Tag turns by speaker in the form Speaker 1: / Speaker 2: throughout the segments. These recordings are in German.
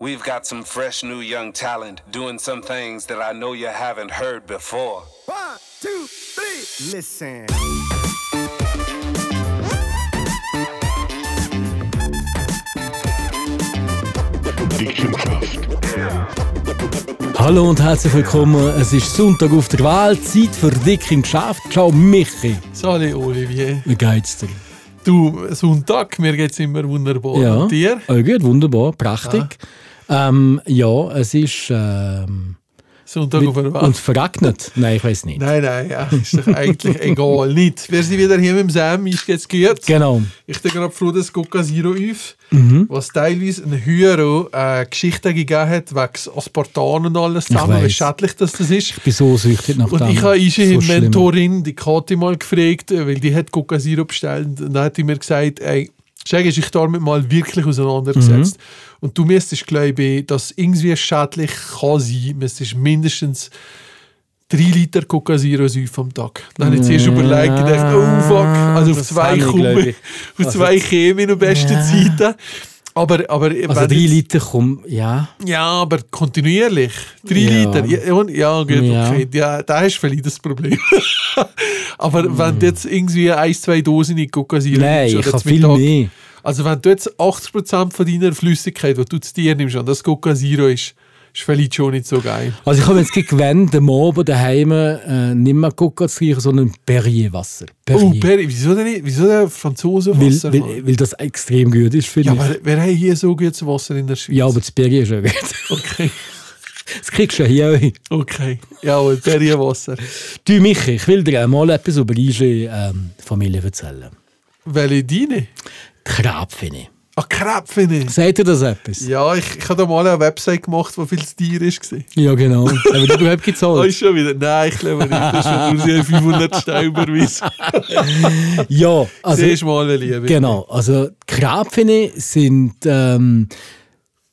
Speaker 1: We've got some fresh new young talent doing some things that I know you haven't heard before.
Speaker 2: One, two, three. Listen.
Speaker 3: Hallo und herzlich willkommen. Es ist Sonntag auf der Welt, Zeit für Dick im Geschäft. Ciao Michi.
Speaker 4: Sali Olivier.
Speaker 3: Wie geht's dir?
Speaker 4: Du, Sonntag, mir geht's immer wunderbar. Und dir? Ah.
Speaker 3: Äh, gut, wunderbar, prächtig. Ähm, ja, es ist ähm,
Speaker 4: Sonntag auf der
Speaker 3: und
Speaker 4: Welt.
Speaker 3: verregnet. Nein, ich weiß nicht.
Speaker 4: Nein, nein, ja, ist doch eigentlich egal. Nicht. Wir sind wieder hier mit dem Sam, ist jetzt gut.
Speaker 3: Genau.
Speaker 4: Ich bin gerade froh, dass Coca Zero auf,
Speaker 3: Mhm.
Speaker 4: was teilweise eine höhere äh, Geschichte gegeben hat, wegen Aspartan und alles zusammen, wie
Speaker 3: weiss.
Speaker 4: schädlich das, das ist.
Speaker 3: Ich bin so süchtig nach
Speaker 4: Und
Speaker 3: dem.
Speaker 4: ich habe unsere
Speaker 3: So schlimm.
Speaker 4: Mentorin, die Kathi, mal gefragt, äh, weil die hat Coca Zero bestellt. Und dann hat die mir gesagt, ey, Schäg hast dich damit mal wirklich auseinandergesetzt.
Speaker 3: Mhm.
Speaker 4: Und du müsstest, glaube ich, dass irgendwie schädlich kann sein, müsstest mindestens 3 Liter Coca Zero säufen am Tag. Dann habe ich zuerst überlegt und gedacht, oh fuck, also auf
Speaker 3: Das
Speaker 4: zwei
Speaker 3: habe ich, glaube
Speaker 4: Kummen,
Speaker 3: ich. Also
Speaker 4: auf zwei Chemin am besten
Speaker 3: Ja.
Speaker 4: Zeiten. Aber, aber
Speaker 3: Also
Speaker 4: wenn
Speaker 3: drei
Speaker 4: jetzt-
Speaker 3: Liter kommen, ja.
Speaker 4: ja, aber kontinuierlich. Drei
Speaker 3: Ja.
Speaker 4: Liter. Ja, und- ja gut,
Speaker 3: Ja.
Speaker 4: okay. Ja, da hast du vielleicht das Problem. aber wenn du jetzt irgendwie ein, zwei Dosen in Coca Zero
Speaker 3: Mm. Nein,
Speaker 4: nimmst oder
Speaker 3: ich habe
Speaker 4: zu
Speaker 3: viel
Speaker 4: Mittag-
Speaker 3: mehr.
Speaker 4: Also wenn du jetzt 80% von deiner Flüssigkeit, die du zu dir nimmst, und das Coca Zero ist, ist vielleicht schon nicht so geil.
Speaker 3: Also ich habe jetzt gewöhnt, am Abend daheim äh, nicht mehr Coca zu trinken, sondern Perrier-Wasser.
Speaker 4: Oh, Perry, wieso denn nicht? Wieso der Franzose
Speaker 3: weil,
Speaker 4: Wasser? Mann?
Speaker 3: weil, weil das extrem gut ist, finde
Speaker 4: ja,
Speaker 3: ich.
Speaker 4: aber wer hat hier so gutes Wasser in der Schweiz?
Speaker 3: Ja, aber das Perrier ist ja gut.
Speaker 4: Okay.
Speaker 3: Das kriegst du ja hier auch.
Speaker 4: Okay. Ja, aber Perry Wasser.
Speaker 3: Du, Michi, ich will dir mal etwas über unsere ähm, Familie erzählen.
Speaker 4: Valedine?
Speaker 3: Die Krabfinne.
Speaker 4: Ah, Krabfine.
Speaker 3: Sagt ihr das etwas?
Speaker 4: Ja, ich, ich habe da mal eine Website gemacht, wo viel zu teuer war.
Speaker 3: Ja, genau. Haben wir die überhaupt
Speaker 4: Oh,
Speaker 3: gezahlt?
Speaker 4: ist schon wieder. Nein, ich glaube nicht. Das ist schon nur 500 Steine überwiesen.
Speaker 3: ja,
Speaker 4: Also,
Speaker 3: also...
Speaker 4: Siehst mal eine Liebe.
Speaker 3: Genau, also die Krabfinne sind... Ähm,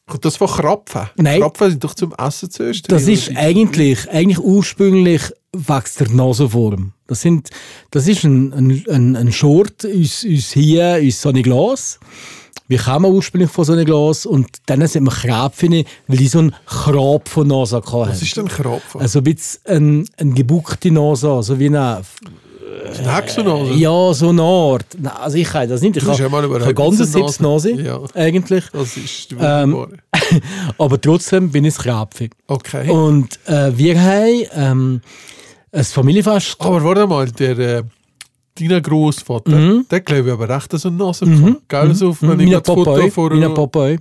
Speaker 4: Kommt das von Krapfen?
Speaker 3: Nein.
Speaker 4: Krapfen sind doch zum Essen zuerst.
Speaker 3: Das ist eigentlich, eigentlich ursprünglich wächst der Nasenform. Das, sind, das ist ein, ein, ein, ein Short aus, aus hier, aus so einem Glas. Wie kam man ursprünglich von so einem Glas? Und dann sind wir Krabfinne, weil die so einen Krab von Nase hatten.
Speaker 4: Was ist denn Krapfen?
Speaker 3: Also ein bisschen ein, ein gebuckte Nase, so wie eine,
Speaker 4: Ein Hexennase?
Speaker 3: ja, so eine Art. Nein, also ich kann das nicht. Ich
Speaker 4: Also- Du hast ja mal
Speaker 3: habe eine
Speaker 4: überhaupt
Speaker 3: ganze
Speaker 4: eine Nase.
Speaker 3: Sipsnase,
Speaker 4: Ja.
Speaker 3: eigentlich.
Speaker 4: Das ist
Speaker 3: Ähm,
Speaker 4: wunderbar.
Speaker 3: Aber trotzdem bin ich ein Krabfin.
Speaker 4: okay.
Speaker 3: Und äh, wir haben ähm, ein Familienfest.
Speaker 4: aber warte mal, der äh, dein Großvater,
Speaker 3: Mhm.
Speaker 4: der glaube ich aber recht, dass er eine Nase hat. Gell, so, wenn ich
Speaker 3: Meiner
Speaker 4: das Foto
Speaker 3: Papa,
Speaker 4: vor
Speaker 3: meiner Papa, auch.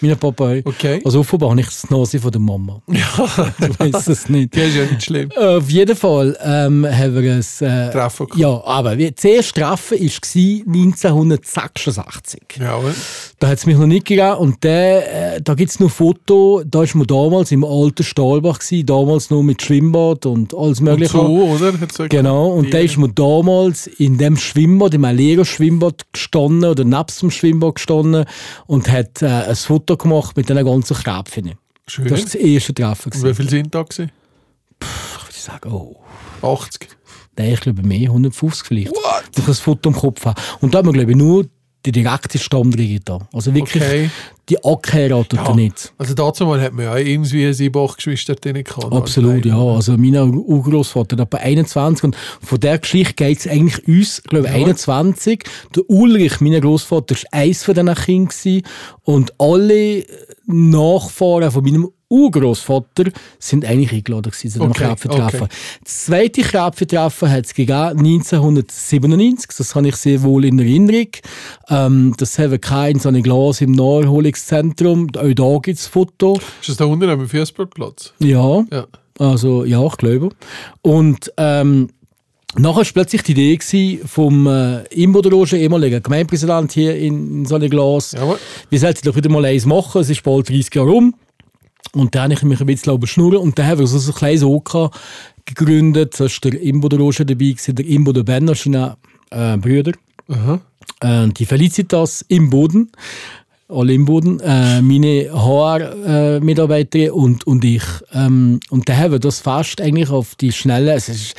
Speaker 3: meiner Papa. auch.
Speaker 4: Okay.
Speaker 3: Also offenbar habe ich das Nase von der Mama.
Speaker 4: Ja,
Speaker 3: Ich weiß es nicht.
Speaker 4: der ist ja nicht schlimm.
Speaker 3: Auf jeden Fall ähm, haben wir es. Äh,
Speaker 4: Treffen gehabt.
Speaker 3: ja, aber wir- das erste Treffen war 1986.
Speaker 4: Ja, aber-
Speaker 3: Da hat es mich noch nicht gegeben. Und der, äh, da gibt es noch Foto. Da war man damals im alten Stahlbach, gewesen, damals noch mit Schwimmbad und alles
Speaker 4: Und
Speaker 3: Mögliche.
Speaker 4: so, oder? Hat's ja-
Speaker 3: Genau, und da ist man damals in dem Schwimmbad, im Alero-Schwimmbad gestanden oder nebst dem Schwimmbad gestanden und hat äh, ein Foto gemacht mit diesen ganzen Krebfinnen.
Speaker 4: Schön.
Speaker 3: Das war das erste Treffen.
Speaker 4: Und wie
Speaker 3: gewesen.
Speaker 4: viele sind da? Gewesen?
Speaker 3: Ich würde sagen, oh,
Speaker 4: 80.
Speaker 3: nein, ich glaube mehr, 150 vielleicht. What? Dass ich ein Foto im Kopf habe. Und da hat man, glaube ich, nur die direkte Stammregel da. Also wirklich
Speaker 4: Okay.
Speaker 3: die angeheirat oder nicht.
Speaker 4: Also dazu mal hat man ja auch irgendwie sieben, acht Geschwister drin gehabt.
Speaker 3: Absolut, ja. Also mein Urgroßvater hat bei 21 und von der Geschichte geht es eigentlich uns, glaube ich, 21. Der Ulrich, mein Großvater, war eins von diesen Kindern gewesen. und alle Nachfahren von meinem Urgroßvater sind eigentlich eingeladen gewesen zu dem
Speaker 4: Okay,
Speaker 3: Krebvertreffen.
Speaker 4: okay.
Speaker 3: Das zweite Krebvertreffen hat es gegeben 1997, das habe ich sehr wohl in Erinnerung. Ähm, das haben wir gehabt in so einem Glas im Naherholungszentrum. Auch da gibt es Foto.
Speaker 4: Ist das da unten am Fußballplatz?
Speaker 3: Ja.
Speaker 4: Ja.
Speaker 3: Also ja, ich glaube. Und ähm, nachher war plötzlich die Idee gewesen vom äh, Imbo der Roger, ehemaliger Gemeindepräsident hier in, in Sonnenglas.
Speaker 4: Jawohl.
Speaker 3: Wir sollten doch wieder mal eins machen, es ist bald 30 Jahre um. Und dann habe ich mich ein bisschen beschnurren und dann haben wir so, so ein kleines OK gegründet. Da war der Imbo der Roger dabei, gewesen, der Imbo der Benner, seine äh, Brüder.
Speaker 4: Aha.
Speaker 3: Äh, die Felicitas im Boden, alle im Boden, äh, meine HR-Mitarbeiterin und, und ich. Ähm, und da haben wir das fast eigentlich auf die Schnelle, es ist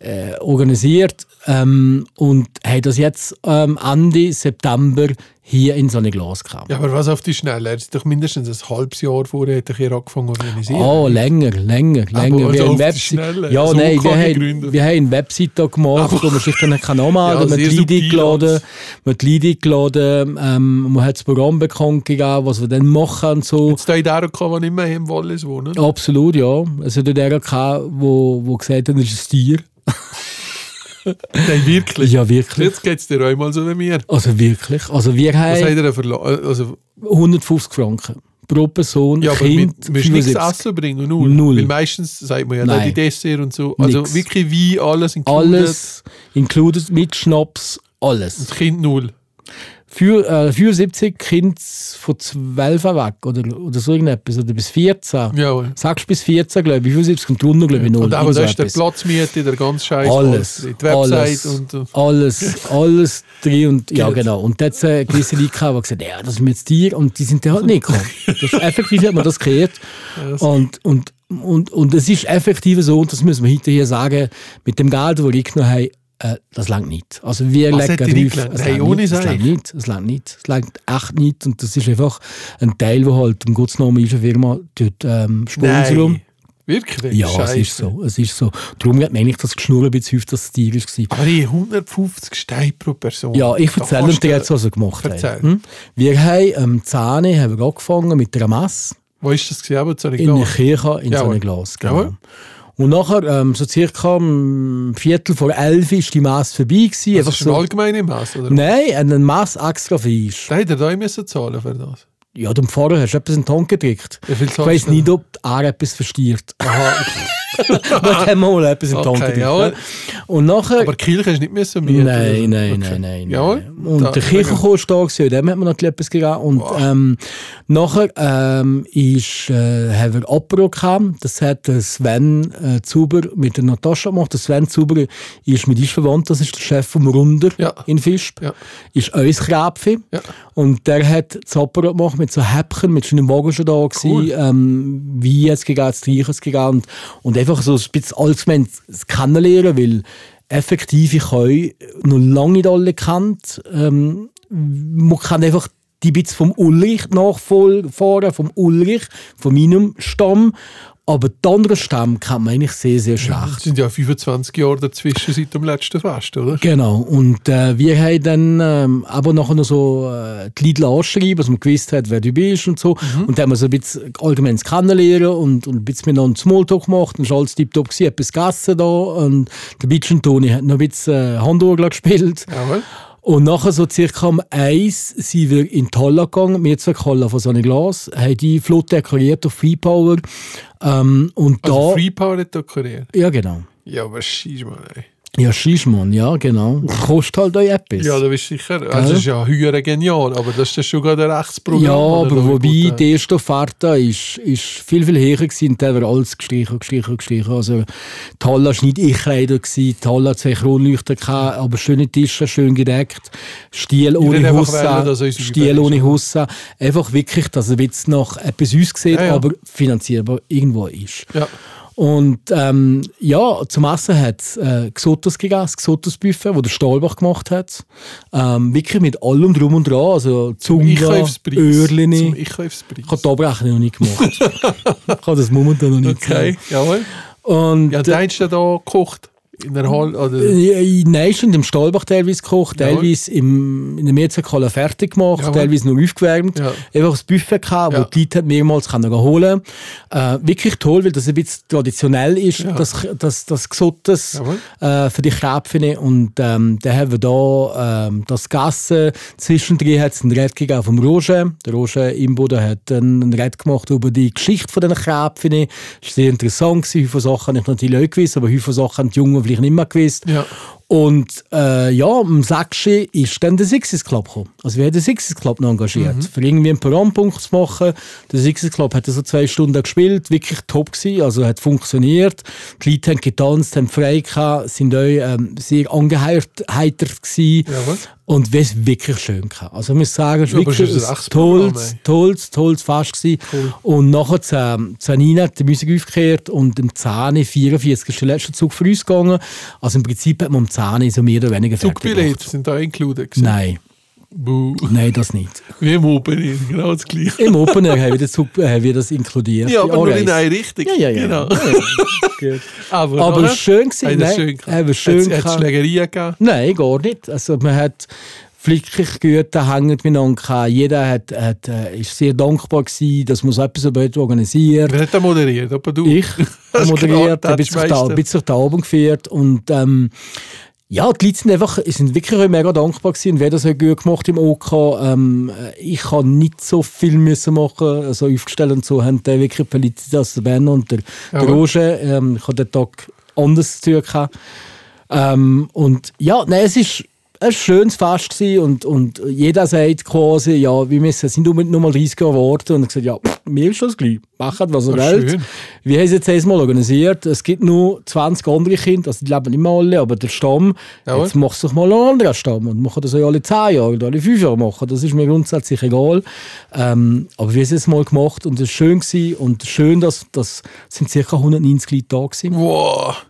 Speaker 3: äh, organisiert, ähm, und haben das jetzt ähm, Ende September hier in so eine Glas gehabt.
Speaker 4: Ja, aber was auf die Schnelle? Er hat doch mindestens ein halbes Jahr vorher hat er hier angefangen zu organisieren.
Speaker 3: Oh, länger, länger, länger.
Speaker 4: also
Speaker 3: wir
Speaker 4: auf
Speaker 3: haben
Speaker 4: die
Speaker 3: Webse-
Speaker 4: Schnelle. Also
Speaker 3: Ja,
Speaker 4: So
Speaker 3: nein,
Speaker 4: kann
Speaker 3: wir
Speaker 4: ich
Speaker 3: haben,
Speaker 4: gründen.
Speaker 3: wir haben eine Webseite da gemacht, wo man sich dann kann anmelden
Speaker 4: Ja,
Speaker 3: kann. Ja,
Speaker 4: sehr
Speaker 3: wir haben die Leute eingeladen,
Speaker 4: subtil alles.
Speaker 3: wir haben die Leute eingeladen, ähm, man hat das Programm bekannt gegeben, was wir dann machen und so.
Speaker 4: Jetzt da in der kann man nicht mehr im Wallis wohnen.
Speaker 3: Absolut, ja. Es hat der gehabt, wo, wo gesagt hat, er ist ein Tier.
Speaker 4: Nein, wirklich.
Speaker 3: Ja, wirklich.
Speaker 4: Jetzt geht es dir auch mal so wie mir.
Speaker 3: Also wirklich. Also wir
Speaker 4: Was
Speaker 3: haben
Speaker 4: hat er verloren? Also,
Speaker 3: 150 Franken pro Person,
Speaker 4: ja, aber
Speaker 3: Kind,
Speaker 4: mit, musst du nichts
Speaker 3: 75.
Speaker 4: essen bringen, null.
Speaker 3: Null.
Speaker 4: Weil meistens sagt man ja,
Speaker 3: Nein.
Speaker 4: da die Dessert und so. Also
Speaker 3: Nix.
Speaker 4: wirklich wie alles included.
Speaker 3: Alles, included mit Schnaps, alles.
Speaker 4: Das Kind null.
Speaker 3: Für, äh, 74 Kinder von 12 an weg oder, oder so irgendetwas, oder bis 14.
Speaker 4: Jawohl.
Speaker 3: Sagst bis 14, glaube ich, 75 und drunter, glaube ich, noch.
Speaker 4: Und aber
Speaker 3: irgend
Speaker 4: da
Speaker 3: so
Speaker 4: ist der
Speaker 3: etwas.
Speaker 4: Platzmiete, der ganze Scheiß.
Speaker 3: Alles,
Speaker 4: Die Website
Speaker 3: alles,
Speaker 4: und. und
Speaker 3: alles, alles drin und ja
Speaker 4: Geht.
Speaker 3: genau. Und jetzt äh, gewisse Leute gehabt, die gesagt haben, ja, das ist mir jetzt Tier und die sind dann halt nicht gekommen. Das ist effektiv hat man das gehört und und und und es ist effektiv so und das müssen wir hinterher sagen mit dem Geld, das wir eingenommen haben, äh, das langt nicht. Also wir
Speaker 4: Was
Speaker 3: legen
Speaker 4: hat ihr eingelangt?
Speaker 3: es
Speaker 4: Hey,
Speaker 3: langt
Speaker 4: ohne
Speaker 3: nicht, es
Speaker 4: Seil?
Speaker 3: langt nicht, es langt nicht, es langt echt nicht und das ist einfach ein Teil, wo halt im Gottes Namen ist eine Firma dort ähm, Sponsorum.
Speaker 4: Nein. Wirklich?
Speaker 3: Ja,
Speaker 4: Scheiße.
Speaker 3: es ist so, es ist so. Darum hat man eigentlich das Geschnurren bei Züft, dass es Tier war.
Speaker 4: Aber ich 150 Steine pro Person.
Speaker 3: Ja, ich
Speaker 4: Da
Speaker 3: erzähle
Speaker 4: kannst
Speaker 3: dir
Speaker 4: du-
Speaker 3: jetzt, was wir gemacht
Speaker 4: Erzähl.
Speaker 3: haben. Hm? Wir haben ähm, Zähne haben wir angefangen mit einer Masse
Speaker 4: Wo ist das gesehen? Aber zu einer
Speaker 3: in einer
Speaker 4: Glas.
Speaker 3: Kirche in so
Speaker 4: Jawohl.
Speaker 3: einem Glas. Genau.
Speaker 4: Jawohl.
Speaker 3: Und nachher, ähm, so circa um Viertel vor elf, war die Masse vorbei. Gewesen,
Speaker 4: Das
Speaker 3: einfach
Speaker 4: ist ein
Speaker 3: so,
Speaker 4: allgemeiner Mass, oder?
Speaker 3: nein, eine Masse extra Fisch.
Speaker 4: Da hätte er da müssen zahlen für das.
Speaker 3: Ja, du Pfarrer hast etwas in den Ton gedrückt.
Speaker 4: Wie viel
Speaker 3: ich
Speaker 4: zahlst
Speaker 3: weiss
Speaker 4: du?
Speaker 3: nicht, ob die Aare etwas verstiert.
Speaker 4: Aha,
Speaker 3: Da haben wir mal etwas in den Ton
Speaker 4: Okay,
Speaker 3: gedrückt.
Speaker 4: jawohl.
Speaker 3: ne? Und nachher...
Speaker 4: aber die Kirche ist nicht müssen mieten.
Speaker 3: Nein,
Speaker 4: oder?
Speaker 3: nein,
Speaker 4: Okay.
Speaker 3: nein, nein,
Speaker 4: Jawohl.
Speaker 3: nein. Und
Speaker 4: Da-
Speaker 3: der Kirchenchor ist da, gewesen, dem hat man noch etwas gegeben. Und ähm, nachher ähm, ist, äh, haben wir Apro gehabt. Das hat der Sven äh, Zuber mit der Natascha gemacht. Der Sven Zuber ist mit uns verwandt, das ist der Chef vom Runder
Speaker 4: Ja.
Speaker 3: in Fischb.
Speaker 4: Ja.
Speaker 3: Ist uns Kräbfi.
Speaker 4: Ja.
Speaker 3: Und der hat das Apro gemacht mit so Häppchen, mit schönem Wagen schon da gewesen. Ähm, wie jetzt gegangen, das Reichen es gegangen. Und, und einfach so ein bisschen allgemein das kennenlernen, weil effektiv, ich habe noch lange nicht alle gekannt. Ähm, man kann einfach die Bits vom Ulrich nachfahren, vom Ulrich, von meinem Stamm. Aber die anderen Stamm kann man eigentlich sehr, sehr schlecht.
Speaker 4: Es sind ja 25 Jahre dazwischen seit dem letzten Fest, oder?
Speaker 3: Genau, und äh, wir haben dann ähm, aber nachher noch so äh, die Lidl anschreiben, dass man gewusst hat, wer du bist und so.
Speaker 4: Mhm.
Speaker 3: Und dann haben wir so ein bisschen allgemeines Kennenlernen und, und ein bisschen miteinander Smalltalk gemacht. Dann war alles tiptop, gewesen, etwas gegessen da. Und der Bitch und Toni hat noch ein bisschen äh, Handorgel gespielt.
Speaker 4: Jawohl.
Speaker 3: Und nachher so circa um eins sind wir in die Halle gegangen, wir zwei Halle von so einem Glas, haben die flott dekoriert auf Free Power. Ähm, und da...
Speaker 4: Also Free Power hat da Korea.
Speaker 3: ja, genau.
Speaker 4: Ja, aber scheiß mal, ey.
Speaker 3: Ja, Schischmann, ja, genau. Kostet halt euch etwas.
Speaker 4: Ja, da bist du sicher. Also, das ist ja höher genial, aber das ist ja schon gerade ein Rechtsprogramm.
Speaker 3: Ja,
Speaker 4: oder?
Speaker 3: aber
Speaker 4: Da
Speaker 3: wobei
Speaker 4: wird, äh,
Speaker 3: die erste Offerte ist, ist viel, viel höher gewesen und da war alles gestrichen, gestrichen, gestrichen. Also, die Halle war nicht ich leider, gewesen. die Halle hat zwei Kronleuchter gehabt, aber schöne Tische, schön gedeckt, Stiel ohne
Speaker 4: einfach
Speaker 3: Hussa,
Speaker 4: wollen, dass unsere
Speaker 3: Stiel
Speaker 4: Jubiläum
Speaker 3: ohne Hussa. Einfach wirklich, dass es jetzt noch etwas aussieht,
Speaker 4: Ja, ja.
Speaker 3: aber finanzierbar irgendwo ist.
Speaker 4: Ja.
Speaker 3: Und ähm, ja, zum Essen hat es äh, Xotos gegessen, Xotos-Buffet, wo der Stahlbach gemacht hat. Ähm, wirklich mit allem drum und dran, also Zunge,
Speaker 4: Einkaufspreis. Zum
Speaker 3: Öhrchen. Ich
Speaker 4: Einkaufspreis.
Speaker 3: habe die Abrechnung noch nicht gemacht. ich habe das momentan noch nicht
Speaker 4: Okay,
Speaker 3: gemacht.
Speaker 4: jawohl.
Speaker 3: Und
Speaker 4: Ja, der einst ja da gekocht. In oh, der Hall. Oder
Speaker 3: äh, nein, schon im Stahlbach teilweise gekocht,
Speaker 4: Jawohl.
Speaker 3: teilweise im, in der Mehrzahl fertig gemacht,
Speaker 4: Jawohl.
Speaker 3: teilweise noch aufgewärmt.
Speaker 4: Ja.
Speaker 3: Einfach das Buffet gehabt, wo
Speaker 4: Ja.
Speaker 3: die Leute haben mehrmals können holen äh, Wirklich toll, weil das ein bisschen traditionell ist, das, das, das Gesundes
Speaker 4: Jawohl.
Speaker 3: äh, für die Kräbchen. Und ähm, dann haben wir da ähm, das Gassen. Zwischendrin hat es einen Red gegeben vom Roger. Der Roger Imboden hat einen einen Red gemacht über die Geschichte von den Kräbchen. Es war sehr interessant. gewesen. Viele Sachen habe ich natürlich auch gewusst, aber viele Sachen haben die Jungen vielleicht nicht mehr gewusst.
Speaker 4: Ja.
Speaker 3: Und äh, ja, am 6. ist dann der Sixes Club gekommen. Also wir haben den Sixes Club noch engagiert,
Speaker 4: Mhm.
Speaker 3: für irgendwie einen Programmpunkt zu machen. Der Sixes Club hat so zwei Stunden gespielt, wirklich top gewesen, also hat funktioniert. Die Leute haben getanzt, haben frei gehabt, sind auch ähm, sehr angeheitert gewesen.
Speaker 4: Jawohl.
Speaker 3: Und es war wirklich schön. Gehabt. Also ich muss sagen, es
Speaker 4: Ja,
Speaker 3: war
Speaker 4: aber es
Speaker 3: wirklich
Speaker 4: ist ein
Speaker 3: ein
Speaker 4: echtes Programm,
Speaker 3: tolles,
Speaker 4: ey.
Speaker 3: tolles, tolles Fest gewesen. Und nachher zu, ähm, zu Nina hat die Musik aufgekehrt und um 10.44 Uhr ist der letzte Zug für uns gegangen. Also im Prinzip hat man um 10 Sahne so mehr oder weniger fertig
Speaker 4: Zugbillet
Speaker 3: gemacht.
Speaker 4: sind da included. gewesen.
Speaker 3: Nein,
Speaker 4: Buh.
Speaker 3: nein, das nicht.
Speaker 4: Wie im Opening, genau das gleiche.
Speaker 3: Im Opener haben wir das, Zug- äh, haben wir das inkludiert.
Speaker 4: Ja, aber nur in
Speaker 3: Anreise.
Speaker 4: eine Richtung.
Speaker 3: Ja, ja, ja.
Speaker 4: Genau.
Speaker 3: Gut.
Speaker 4: Aber,
Speaker 3: Aber
Speaker 4: oder?
Speaker 3: schön gewesen,
Speaker 4: Hat er
Speaker 3: nein,
Speaker 4: schön
Speaker 3: hat er schön
Speaker 4: Hat es
Speaker 3: gehabt.
Speaker 4: Schlägereien gegeben?
Speaker 3: Nein, gar nicht. Also man hat wirklich gut hängen miteinander gehabt. Jeder hat, hat, äh, ist sehr dankbar gewesen, dass man so etwas überhaupt organisiert.
Speaker 4: Wer hat den moderiert? Aber du?
Speaker 3: Ich
Speaker 4: Das ist
Speaker 3: moderiert,
Speaker 4: klar,
Speaker 3: ein bisschen auf die-
Speaker 4: Touchmeister.
Speaker 3: ein bisschen auf den Abend geführt und ähm, ja, die Leute sind einfach, sind wirklich mega dankbar gewesen und wer das auch gut gemacht im OK, ähm, ich habe nicht so viel müssen machen, also aufgestellt und so, haben dann wirklich die Felicitas, der Ben und der, der
Speaker 4: Jawohl.
Speaker 3: Roger, ähm, ich habe den Tag anders zu tun gehabt. Ähm, und ja, nein, es ist ein schönes Fest gewesen und, und jeder sagt quasi, ja, wir müssen, sind nur, nur mal 30 geworden und ich gesagt, ja, pff, mir ist das gleich, macht was ihr
Speaker 4: Ja,
Speaker 3: wollt.
Speaker 4: schön.
Speaker 3: Wir haben es jetzt erstmal organisiert, es gibt nur 20 andere Kinder, also die leben nicht mehr alle, aber der Stamm,
Speaker 4: Jawohl.
Speaker 3: jetzt macht sich mal einen anderen Stamm und machen das auch alle 10 Jahre oder alle 5 Jahre machen, das ist mir grundsätzlich egal. Ähm, aber wir haben es jetzt mal gemacht und es war schön gewesen und schön, dass, dass es sind ca. 190 Leute da gewesen.
Speaker 4: Wow.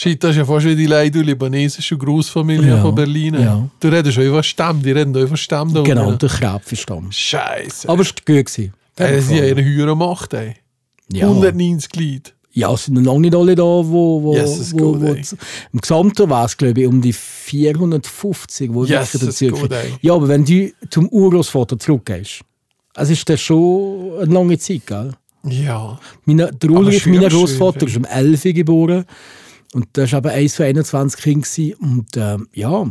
Speaker 4: Shit, das ist ja fast wie die Leute, die libanesische Großfamilie
Speaker 3: Ja,
Speaker 4: von Berlin.
Speaker 3: ja.
Speaker 4: Du redest auch über Stamm, die reden auch über Stamm da
Speaker 3: Genau,
Speaker 4: unten.
Speaker 3: der Kräpfestamm.
Speaker 4: Scheiße.
Speaker 3: Aber es war gut. gewesen.
Speaker 4: Ey, sie haben eine höhere Macht, ey.
Speaker 3: ja.
Speaker 4: 190 Leute.
Speaker 3: ja, es sind noch lange nicht alle da, wo, wo,
Speaker 4: Jesus
Speaker 3: wo,
Speaker 4: Gott,
Speaker 3: wo
Speaker 4: ey.
Speaker 3: im Gesamten war es, glaube ich, um die 450, wo
Speaker 4: Jesus
Speaker 3: wirklich dazu
Speaker 4: Gott, ey.
Speaker 3: Ja, aber wenn du zum Urgroßvater zurückgehst, es ist das schon eine lange Zeit, gell?
Speaker 4: Ja.
Speaker 3: Meine, der
Speaker 4: Aber
Speaker 3: Ulrich,
Speaker 4: schön,
Speaker 3: mein
Speaker 4: schön,
Speaker 3: Großvater,
Speaker 4: ja.
Speaker 3: ist um 11 Uhr geboren und das war aber eins von 21 Kindern gewesen. und ähm, ja,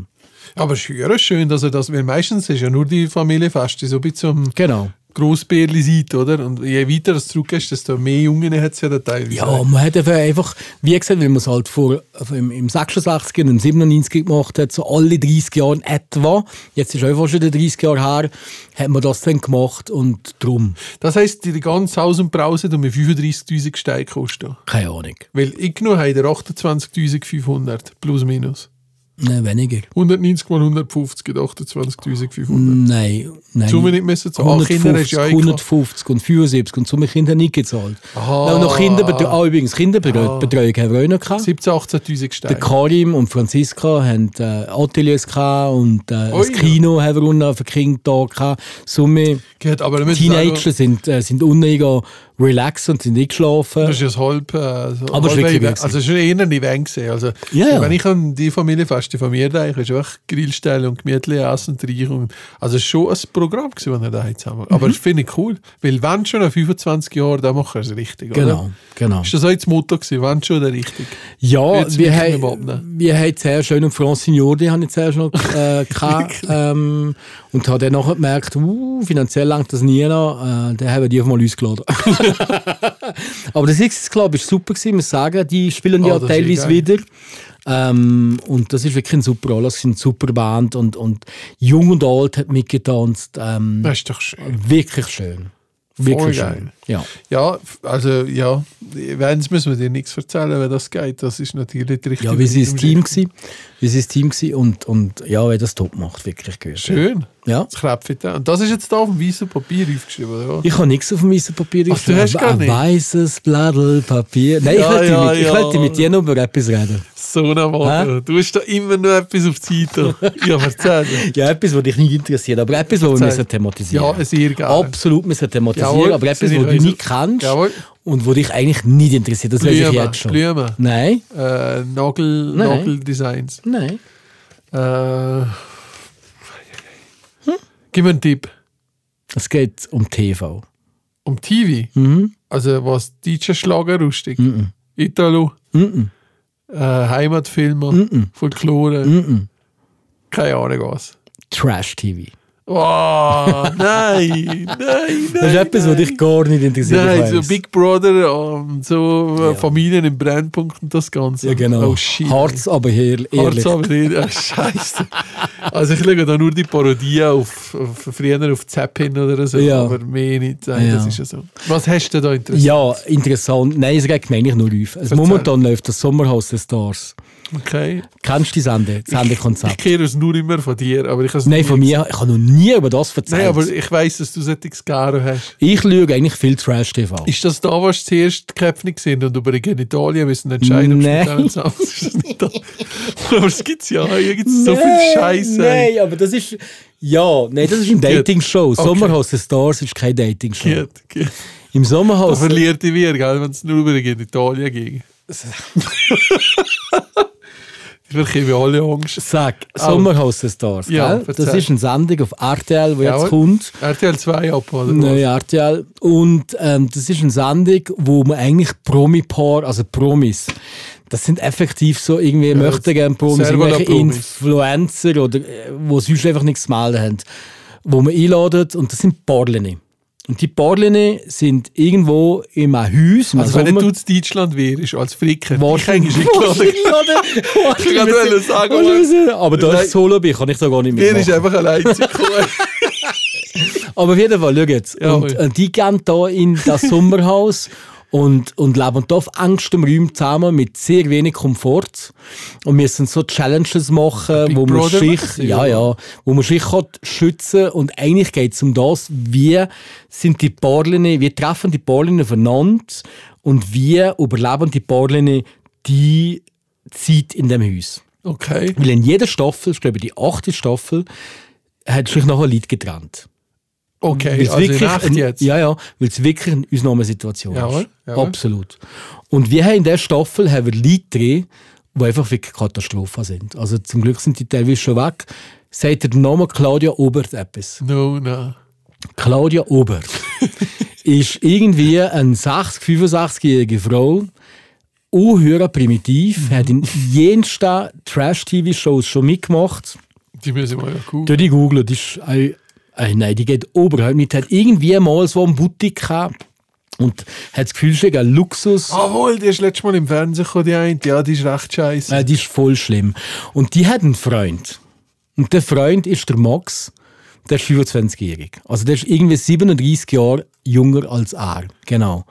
Speaker 4: Aber es ist höher schön, dass er das, weil meistens ist ja nur die Familie fast, so bis zum
Speaker 3: genau.
Speaker 4: Grossbärli seid, oder? Und je weiter es zurückgehst, desto mehr Jungen hat es ja da teilweise.
Speaker 3: Ja, man hat einfach- einfach, wie gesagt, weil man es halt vor, im, im 86 und im 97 gemacht hat, so alle 30 Jahre etwa, jetzt ist auch fast wieder 30 Jahre her, hat man das dann gemacht und drum,
Speaker 4: Das heisst, die ganze Haus und Brause um 35.000 Steine kosten.
Speaker 3: keine Ahnung,
Speaker 4: Weil ich genommen habe, der 28.500 plus minus.
Speaker 3: nein, weniger.
Speaker 4: 190 mal 150 gibt 28.500.
Speaker 3: Nein, nein.
Speaker 4: Summe nicht müssen zahlen. Ah, Kinder
Speaker 3: 150,
Speaker 4: hast du ja auch
Speaker 3: 150 und 75 und Summe Kinder nicht gezahlt.
Speaker 4: Aha.
Speaker 3: Und noch Kinderbetreuung, ah, übrigens, Kinderbetreuung Betreuung haben wir auch noch gehabt.
Speaker 4: 17.000, 18.000
Speaker 3: Der
Speaker 4: Steine.
Speaker 3: Karim und Franziska haben äh, Ateliers gehabt und äh,
Speaker 4: Ui.
Speaker 3: das Kino haben wir unten auf den Kindtag gehabt. Summe
Speaker 4: Geht, aber wir müssen
Speaker 3: Teenager
Speaker 4: sagen,
Speaker 3: sind, äh, sind unten relaxed und sind nicht geschlafen.
Speaker 4: Das ist ja halb, äh, so
Speaker 3: Aber es ist
Speaker 4: halb
Speaker 3: wirklich
Speaker 4: Event.
Speaker 3: gewesen.
Speaker 4: Also, es ist eher ein Event. Gewesen. Also,
Speaker 3: Ja, ja.
Speaker 4: Wenn ich an die Familie feste von mir denke, ist einfach Grillstelle und gemütlich essen und reich. Und, also, es ist schon ein Programm, gewesen, das wir da jetzt haben.
Speaker 3: Mhm.
Speaker 4: Aber das finde ich cool. Weil, wenn schon nach 25 Jahren, dann machen wir es richtig.
Speaker 3: Genau,
Speaker 4: Oder?
Speaker 3: genau.
Speaker 4: Ist das auch das Motto gewesen? Wenn schon, dann richtig.
Speaker 3: Ja,
Speaker 4: Jetzt
Speaker 3: wir
Speaker 4: müssen wir mal
Speaker 3: haben,
Speaker 4: abnehmen.
Speaker 3: wir haben sehr schön und Francine Jordi habe ich zuerst noch äh, gehabt, ähm, und habe dann nachher gemerkt, uh, finanziell langt das nie noch, äh, dann haben wir die auf mal ausgeladen. Aber das ist, glaube ich, super gewesen, muss sagen, die spielen
Speaker 4: Ah,
Speaker 3: ja
Speaker 4: das ist
Speaker 3: teilweise
Speaker 4: geil.
Speaker 3: wieder. Ähm, und das ist wirklich ein super Anlass, eine super Band und, und jung und alt hat mitgetanzt. Ähm,
Speaker 4: Das ist doch schön.
Speaker 3: Wirklich schön. Wirklich
Speaker 4: geil.
Speaker 3: schön. Ja.
Speaker 4: Ja, f- also ja, wenns müssen wir dir nichts erzählen, wenn das geht. Das ist natürlich richtig.
Speaker 3: Ja, wie sie das Team gsi, wie sie das Team gsi und und ja, wer das top macht, wirklich gut.
Speaker 4: Schön.
Speaker 3: Ja.
Speaker 4: Das Kräpfchen. Und das ist jetzt da auf dem weißen Papier aufgeschrieben, oder?
Speaker 3: Ich habe nichts auf dem weißen Papier
Speaker 4: Ach, du hast gar nicht?
Speaker 3: weißes Blattl Papier. Nein,
Speaker 4: Ja,
Speaker 3: ich wollte
Speaker 4: ja,
Speaker 3: mit, ich
Speaker 4: ja.
Speaker 3: wollte mit dir noch über etwas reden.
Speaker 4: So eine Mann. Du hast da immer nur etwas auf die Seite. Ich habe erzählt.
Speaker 3: Ja, etwas, was dich nicht interessiert, aber etwas, was wir
Speaker 4: Erzähl.
Speaker 3: müssen thematisieren
Speaker 4: Ja, sehr gerne.
Speaker 3: Absolut müssen thematisieren,
Speaker 4: Jawohl,
Speaker 3: aber etwas, was
Speaker 4: sind
Speaker 3: du
Speaker 4: ich weiss.
Speaker 3: nicht kennst
Speaker 4: Jawohl.
Speaker 3: und was dich eigentlich nicht interessiert. Das weiß ich
Speaker 4: Blumen,
Speaker 3: jetzt schon.
Speaker 4: Blumen.
Speaker 3: Nein,
Speaker 4: Äh, Nagel,
Speaker 3: Nein.
Speaker 4: Nageldesigns.
Speaker 3: nein.
Speaker 4: Äh,
Speaker 3: Hm?
Speaker 4: Gib mir einen Tipp.
Speaker 3: Es geht um TV.
Speaker 4: Um TV.
Speaker 3: Mhm.
Speaker 4: Also was deutsche Schlager lustig. Italo. Äh, Heimatfilme.
Speaker 3: Mhm.
Speaker 4: Folklore. Keine Ahnung was.
Speaker 3: Trash TV.
Speaker 4: Oh, nein, nein, nein.
Speaker 3: Das ist etwas, was dich gar nicht interessiert. ich
Speaker 4: Nein, so
Speaker 3: weiss.
Speaker 4: Big Brother und so äh, Familien im Brennpunkt und das Ganze.
Speaker 3: Ja, genau.
Speaker 4: Oh, shit.
Speaker 3: Harz, aber hier, ehrlich.
Speaker 4: Harz aber nicht. Ah, Scheiße. Also ich schaue da nur die Parodie auf, auf früher auf Zeppelin oder so,
Speaker 3: Ja.
Speaker 4: aber mehr nicht. Nein,
Speaker 3: Ja.
Speaker 4: das ist ja so. Was hast du da interessiert?
Speaker 3: Ja, interessant. Nein, es geht eigentlich nur auf. Also
Speaker 4: Erzähl.
Speaker 3: momentan läuft das Sommerhaus der Stars.
Speaker 4: Okay.
Speaker 3: Kennst du die Sende,
Speaker 4: Ich
Speaker 3: Sendekonzept?
Speaker 4: kenne es nur immer von dir, aber ich habe es
Speaker 3: Nein,
Speaker 4: nie
Speaker 3: von mir, ich habe noch nie über das
Speaker 4: gesehen.
Speaker 3: erzählt.
Speaker 4: Nein, aber ich weiss, dass du solches Garen hast.
Speaker 3: ich schaue eigentlich viel Trash-TV.
Speaker 4: Ist das da, was zuerst die Käpfnig sind und über die Genitalien müssen entscheiden, ob
Speaker 3: Nein.
Speaker 4: es mit denen zusammen ist? Ist das nicht da? Aber es gibt ja, hier gibt so viel Scheiße.
Speaker 3: Nein, aber das ist. Ja, nein, das ist eine Dating-Show. Sommerhaus der Stars ist keine Dating-Show.
Speaker 4: Gut, gut.
Speaker 3: Im
Speaker 4: Da
Speaker 3: Sommerhaus.
Speaker 4: verliert die wir, wenn es nur über die Genitalien ging. Wir kriegen alle Angst.
Speaker 3: Sag, Sommerhaus der Stars.
Speaker 4: Ja,
Speaker 3: gell? Das
Speaker 4: erzähl.
Speaker 3: ist eine Sendung auf RTL, die jetzt
Speaker 4: Jawohl.
Speaker 3: kommt.
Speaker 4: RTL 2 ab, oder?
Speaker 3: Neue RTL. Und ähm, das ist eine Sendung, wo man eigentlich Promi-Paar, also Promis, das sind effektiv so irgendwie möchte gerne Promis,
Speaker 4: Servola
Speaker 3: irgendwelche
Speaker 4: Promis.
Speaker 3: Influencer oder äh, wo sonst einfach nichts zu melden haben, wo man einladet und das sind Porlene. Und die Porlene sind irgendwo in einem Haus. im
Speaker 4: Also, wenn
Speaker 3: Sommer-
Speaker 4: du in Deutschland wärst, als Fricker, ich
Speaker 3: Wahrscheinlich.
Speaker 4: hängst eingeladen.
Speaker 3: Wahrscheinlich.
Speaker 4: Ich wollte gerade sagen,
Speaker 3: Wahrscheinlich. Oh, Aber da
Speaker 4: Nein.
Speaker 3: ich solo bin, kann ich da gar nicht
Speaker 4: Der ist
Speaker 3: mitmachen.
Speaker 4: einfach allein gekommen.
Speaker 3: Aber auf jeden Fall, schau jetzt.
Speaker 4: Jawohl.
Speaker 3: und äh, die gehen hier in das Sommerhaus und, und leben hier auf engstem Raum zusammen mit sehr wenig Komfort. Und müssen so Challenges machen, wo man,
Speaker 4: Brother
Speaker 3: sich,
Speaker 4: mäßig,
Speaker 3: ja,
Speaker 4: oder?
Speaker 3: ja, wo man sich kann schützen Und eigentlich geht es um das, wie sind die Porlinnen, wie treffen die Porlinnen voneinander und wie überleben die Porlinnen die Zeit in dem Haus.
Speaker 4: Okay.
Speaker 3: Weil in jeder Staffel, ich glaube die achte Staffel, hat sich nachher Leute getrennt.
Speaker 4: Okay,
Speaker 3: Weil's
Speaker 4: also wirklich Nacht
Speaker 3: ein-
Speaker 4: jetzt.
Speaker 3: Ja, ja, weil es wirklich eine Ausnahmesituation
Speaker 4: Jawohl,
Speaker 3: ist.
Speaker 4: jawohl.
Speaker 3: Absolut. Und wir haben in dieser Staffel haben wir Leute drin, die einfach wirklich Katastrophen sind. Also zum Glück sind die teilweise schon weg. Sagt der Name Claudia Obert etwas?
Speaker 4: No, no.
Speaker 3: Claudia Obert ist irgendwie eine 60, 65-jährige Frau, unhöher
Speaker 4: Mhm.
Speaker 3: primitiv, hat in jensten Trash-TV-Shows schon mitgemacht.
Speaker 4: Die müssen wir ja gucken.
Speaker 3: Die, die googeln, die ist, äh, äh, nein, die geht überhaupt nicht. Hat irgendwie mal so eine Boutique gehabt und hat das Gefühl, sie hat einen Luxus.
Speaker 4: Jawohl, die ist letztes Mal im Fernsehen gekommen, die eine. Ja, die ist recht scheiße.
Speaker 3: Äh, die ist voll schlimm. Und die hat einen Freund. Und der Freund ist der Max, der ist 25-jährig. Also der ist irgendwie 37 Jahre jünger als er. Genau.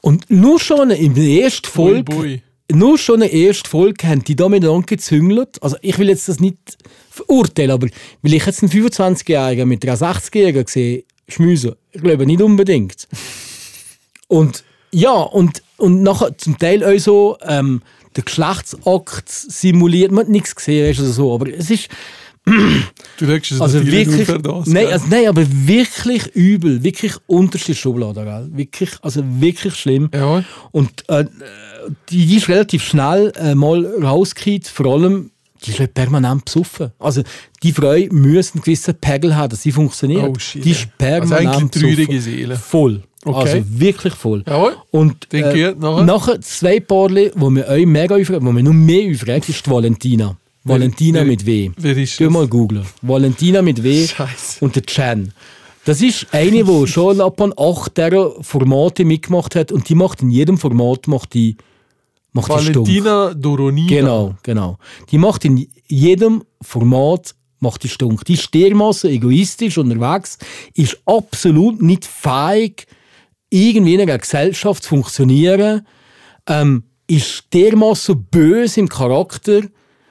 Speaker 3: Und nur schon in der ersten
Speaker 4: Bui,
Speaker 3: Folge.
Speaker 4: bui.
Speaker 3: Nur schon in der ersten Folge haben die da miteinander gezüngelt. Also ich will jetzt das nicht verurteilen, aber weil ich jetzt einen 25-Jährigen mit einer 60-Jährigen sehe, schmüse, ich glaube nicht unbedingt. Und ja, und, und nachher zum Teil auch so ähm, der Geschlechtsakt simuliert. Man hat nichts gesehen, weißt du, also so, aber es ist
Speaker 4: Du schaust es
Speaker 3: also
Speaker 4: natürlich
Speaker 3: wirklich,
Speaker 4: nur für das.
Speaker 3: nein,
Speaker 4: gell?
Speaker 3: also, nein, aber wirklich übel, wirklich unterste Schublade, gell? Wirklich, also wirklich schlimm.
Speaker 4: Jawohl.
Speaker 3: Und äh, die, die ist relativ schnell äh, mal rausgekriegt, vor allem, die ist halt permanent besoffen. Also die Frau muss einen gewissen Pegel haben, dass sie funktioniert.
Speaker 4: Oh, shit.
Speaker 3: die ist
Speaker 4: Also
Speaker 3: permanent
Speaker 4: eigentlich eine traurige
Speaker 3: besoffen.
Speaker 4: Seele.
Speaker 3: Voll.
Speaker 4: Okay.
Speaker 3: Also wirklich voll.
Speaker 4: Jawohl.
Speaker 3: Und äh,
Speaker 4: Klingt gut, nachher?
Speaker 3: nachher zwei Paarli, die mir euch mega aufregt, die mir noch mehr aufregt, ist die Valentina. Valentina
Speaker 4: wer-
Speaker 3: mit W.
Speaker 4: wer ist
Speaker 3: Tu
Speaker 4: das?
Speaker 3: mal googeln. Valentina mit W
Speaker 4: Scheiße.
Speaker 3: und der Chan. Das ist eine, die schon ab an acht dieser Formate mitgemacht hat und die macht in jedem Format macht die, macht die stumm.
Speaker 4: Valentina Doronina.
Speaker 3: Genau, genau. Die macht in jedem Format macht die Stunk. Die ist dermassen egoistisch unterwegs, ist absolut nicht fähig, irgendwie in einer Gesellschaft zu funktionieren, ähm, ist dermassen böse im Charakter,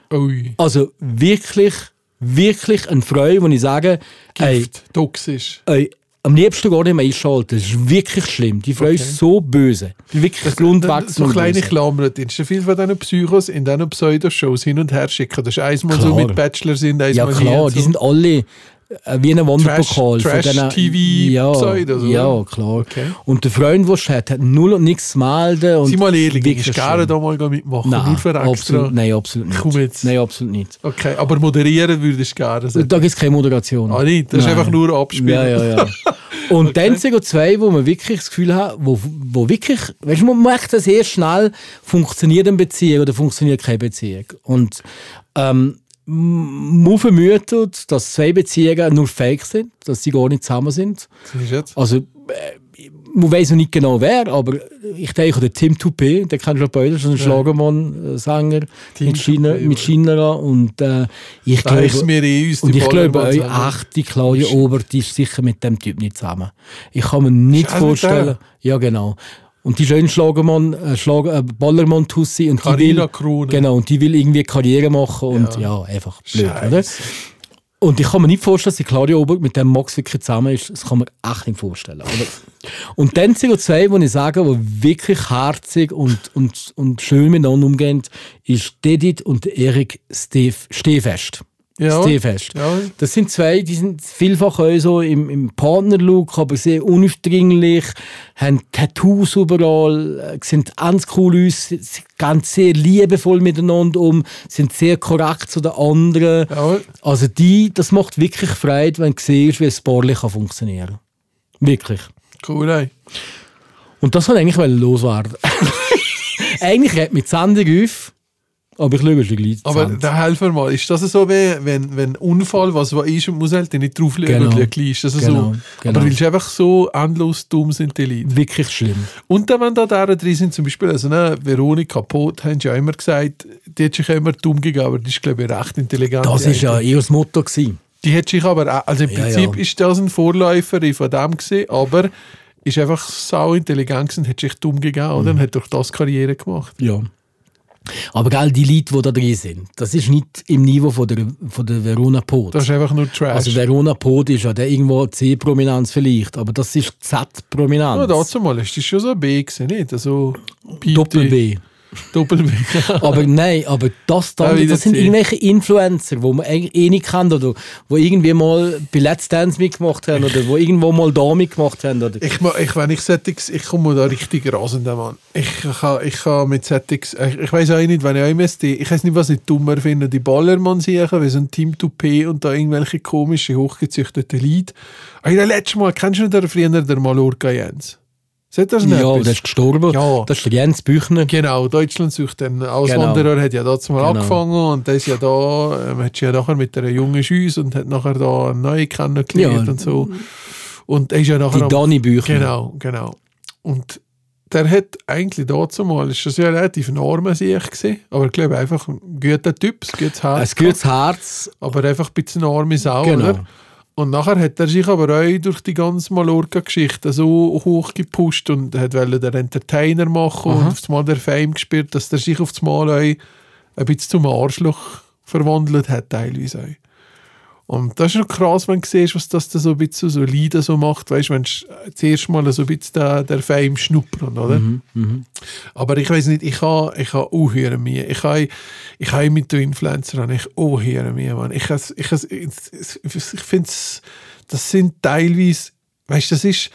Speaker 4: Ui.
Speaker 3: also wirklich, wirklich eine Freude, wo ich sage, ey,
Speaker 4: Gift. Toxisch.
Speaker 3: ey, am liebsten gar nicht mehr einschalten. Das ist wirklich schlimm. Die Frau ist so böse. Die ist Wirklich grundwachs
Speaker 4: So kleine
Speaker 3: böse.
Speaker 4: Klammern. Du hast viel von diesen Psychos in diesen Pseudoshows hin und her schicken. Das ist einmal so
Speaker 3: Klar.
Speaker 4: mit Bachelor sind, einmal
Speaker 3: Ja
Speaker 4: nicht
Speaker 3: klar,
Speaker 4: und
Speaker 3: die
Speaker 4: so.
Speaker 3: sind alle äh, wie ein Wanderpokal. von
Speaker 4: Trash-
Speaker 3: diesen-
Speaker 4: Trash-TV
Speaker 3: ja,
Speaker 4: Pseudos, oder?
Speaker 3: Ja, klar.
Speaker 4: Okay.
Speaker 3: Und der Freund, den sie hat, hat null und nichts zu melden. Und
Speaker 4: Sei mal ehrlich, ich
Speaker 3: wirklich
Speaker 4: würde gerne
Speaker 3: schlimm.
Speaker 4: da mal mitmachen.
Speaker 3: Nein,
Speaker 4: nur für extra.
Speaker 3: absolut, nein, absolut nicht.
Speaker 4: Komm jetzt.
Speaker 3: Nein, absolut nicht.
Speaker 4: Okay, aber moderieren würdest du gerne. sagen.
Speaker 3: Da gibt es keine Moderation.
Speaker 4: Ah, nicht? Das ist einfach nur abspielen.
Speaker 3: Ja, ja, ja. Und dann sind auch zwei, wo man wirklich das Gefühl hat, wo, wo wirklich, weißt du, man merkt das sehr schnell, funktioniert eine Beziehung oder funktioniert keine Beziehung. Und ähm, m- man vermutet, dass zwei Beziehungen nur fake sind, dass sie gar nicht zusammen sind.
Speaker 4: Siehst du jetzt?
Speaker 3: Also, äh, man weiß noch nicht genau wer, aber ich denke, der Tim Toupé, den kennst du ja beide, das ist ein Schlagermann, äh, Sänger,
Speaker 4: Tim
Speaker 3: mit China,
Speaker 4: Toupé,
Speaker 3: mit
Speaker 4: ja.
Speaker 3: China und äh, ich
Speaker 4: Da ist
Speaker 3: glaube...
Speaker 4: mir eh uns
Speaker 3: Und
Speaker 4: die
Speaker 3: ich
Speaker 4: Baller
Speaker 3: glaube,
Speaker 4: mal
Speaker 3: euch
Speaker 4: zusammen.
Speaker 3: echt, die Claudia Obert ist sicher mit dem Typ nicht zusammen. Ich kann mir nicht
Speaker 4: Ist er mit
Speaker 3: vorstellen.
Speaker 4: der?
Speaker 3: Ja, genau. Und die schön Schlagermann, äh, Schlag, äh, Ballermann-Tussi. und die
Speaker 4: Carina
Speaker 3: will,
Speaker 4: Krone.
Speaker 3: Genau, und die will irgendwie Karriere machen und ja, einfach blöd, oder? Und ich kann mir nicht vorstellen, dass die Claudia Oberg mit dem Max wirklich zusammen ist. Das kann man echt nicht vorstellen. Oder? Und dann sind noch zwei, die ich sage, die wirklich herzig und, und, und schön miteinander umgehen, ist Dedit und Erik Steve, Stehfest.
Speaker 4: Ja.
Speaker 3: Stehfest.
Speaker 4: Ja.
Speaker 3: Das sind zwei, die sind vielfach auch so im, im Partnerlook, aber sehr unaufdringlich, haben Tattoos überall, äh, sind ganz cool aus, sind ganz sehr liebevoll miteinander um, sind sehr korrekt zu den anderen.
Speaker 4: Jawohl.
Speaker 3: Also die, das macht wirklich Freude, wenn du siehst, wie ein Sportler kann funktionieren kann. Wirklich.
Speaker 4: Cool, ey.
Speaker 3: Und das wollte ich eigentlich loswerden. eigentlich redet mit Sendung auf, aber ich schaue schon gleich
Speaker 4: Aber
Speaker 3: die Sendung.
Speaker 4: da helfen wir mal. Ist das so wie, wenn, wenn ein Unfall, was wo ist und muss halt nicht drauflegen
Speaker 3: Genau.
Speaker 4: und liegen ist? Das
Speaker 3: Genau,
Speaker 4: so.
Speaker 3: genau.
Speaker 4: Aber weil sie einfach so endlos dumm sind, die Leute.
Speaker 3: Wirklich schlimm.
Speaker 4: Und dann, wenn da deren drin sind, zum Beispiel also, ne, Veronika Pot, haben sie ja immer gesagt, die hat sich ja immer dumm gegeben, aber die ist, glaube ich, recht intelligent.
Speaker 3: Das
Speaker 4: die
Speaker 3: war ja eher das Motto. Gewesen.
Speaker 4: Die hat sich aber, auch- also im
Speaker 3: Ja,
Speaker 4: Prinzip
Speaker 3: ja.
Speaker 4: ist das ein Vorläufer von dem gewesen, aber ist einfach sau intelligent gewesen, und hat sich dumm gegeben oder?
Speaker 3: Mhm.
Speaker 4: und hat durch das Karriere gemacht.
Speaker 3: Ja. Aber gell, die Leute, die da drin sind, das ist nicht im Niveau von der, von der Verona Pot.
Speaker 4: Das ist einfach nur Trash.
Speaker 3: also Verona Pot ist ja der irgendwo C-Prominenz vielleicht, aber das ist Z-Prominenz.
Speaker 4: ja, dazu mal ist das schon so B gewesen, nicht? Also piepte-
Speaker 3: Doppel B.
Speaker 4: Doppel B.
Speaker 3: Aber nein, aber das,
Speaker 4: Ah,
Speaker 3: dann,
Speaker 4: wieder
Speaker 3: das sind
Speaker 4: C.
Speaker 3: irgendwelche Influencer, die man eigentlich eh nicht kennt oder die irgendwie mal bei Let's Dance mitgemacht haben oder die irgendwo mal da mitgemacht haben. Oder.
Speaker 4: ich, ma- ich, wenn ich Settings, ich komme da richtig rasend an. Ich kann, ich kann mit Settings, äh, ich, ich weiß auch nicht, wenn ich auch immer die, ich weiß nicht, was ich dummer finde, die Ballermann sicher, wie so ein Team Toupet und da irgendwelche komische, hochgezüchteten Leute. Ah, ja, letztes Mal, kennst du den früher, der Mallorca Jens? Seht ihr das nicht?
Speaker 3: ja, der ist gestorben.
Speaker 4: Ja.
Speaker 3: Das ist der Jens Büchner.
Speaker 4: Genau, Deutschland sucht einen Auswanderer, hat ja dazu mal
Speaker 3: Genau.
Speaker 4: angefangen und der ist ja da, ähm, hat sich ja nachher mit einer jungen Schüss und hat nachher da einen neuen kennengelernt
Speaker 3: Ja.
Speaker 4: und so. Und er ist ja nachher
Speaker 3: Die
Speaker 4: am-
Speaker 3: Dani Büchner.
Speaker 4: Genau, genau. Und der hat eigentlich dazu mal, ist das ja relativ normal sich gesehen, aber ich glaube einfach ein guter Typ, ein gutes
Speaker 3: Ein
Speaker 4: Herz,
Speaker 3: gutes Herz.
Speaker 4: aber einfach ein bisschen arme Sau,
Speaker 3: Genau.
Speaker 4: oder? Und nachher hat er sich aber auch durch die ganze Mallorca-Geschichte so hochgepusht und hat wollte den Entertainer machen und auf einmal der Fame gespielt, dass er sich auf einmal auch ein bisschen zum Arschloch verwandelt hat, teilweise auch. Und das ist schon krass, wenn du siehst, was das da so ein bisschen so Leiden so macht. Weißt du, wenn du zuerst mal so ein bisschen der, der Fame schnuppern, oder? Aber ich weiß nicht, ich habe ich ha unhören Mühe. Ich habe ich ha mit den Influencern habe ich unhören Mühe, Mann. Ich, has- ich, has- ich, ich finde, das sind teilweise, weißt du, das ist,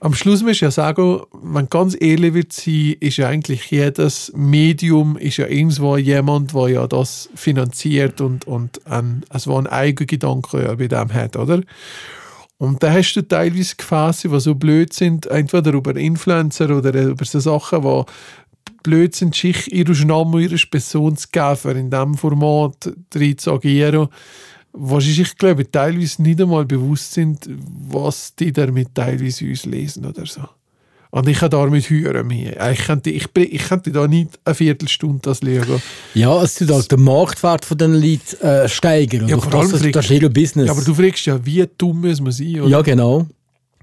Speaker 4: am Schluss muss ich ja sagen, wenn ganz ehrlich wird sein, ist ja eigentlich jedes Medium ist ja irgendwo jemand, der ja das finanziert und, und ein, also einen eigenen Gedanken ja bei dem hat, oder? Und da hast du teilweise Gefäße, die so blöd sind, entweder über Influencer oder über so Sachen, die blöd sind, sich ihren Namen, ihre Person zu geben, in diesem Format drin zu agieren, wo sie sich, glaube ich, teilweise nicht einmal bewusst sind, was die damit teilweise uns lesen oder so. Und ich kann damit hören. mir. Ich könnte, ich, bin- ich könnte da nicht eine Viertelstunde das lesen.
Speaker 3: Ja, es tut halt den Marktwert von diesen Leuten äh, steigern. Und
Speaker 4: Ja,
Speaker 3: durch
Speaker 4: vor
Speaker 3: das,
Speaker 4: allem
Speaker 3: das,
Speaker 4: fliegt-
Speaker 3: das ist ihr Business.
Speaker 4: Ja, aber du fragst ja, wie dumm muss man sein? Oder?
Speaker 3: ja, genau.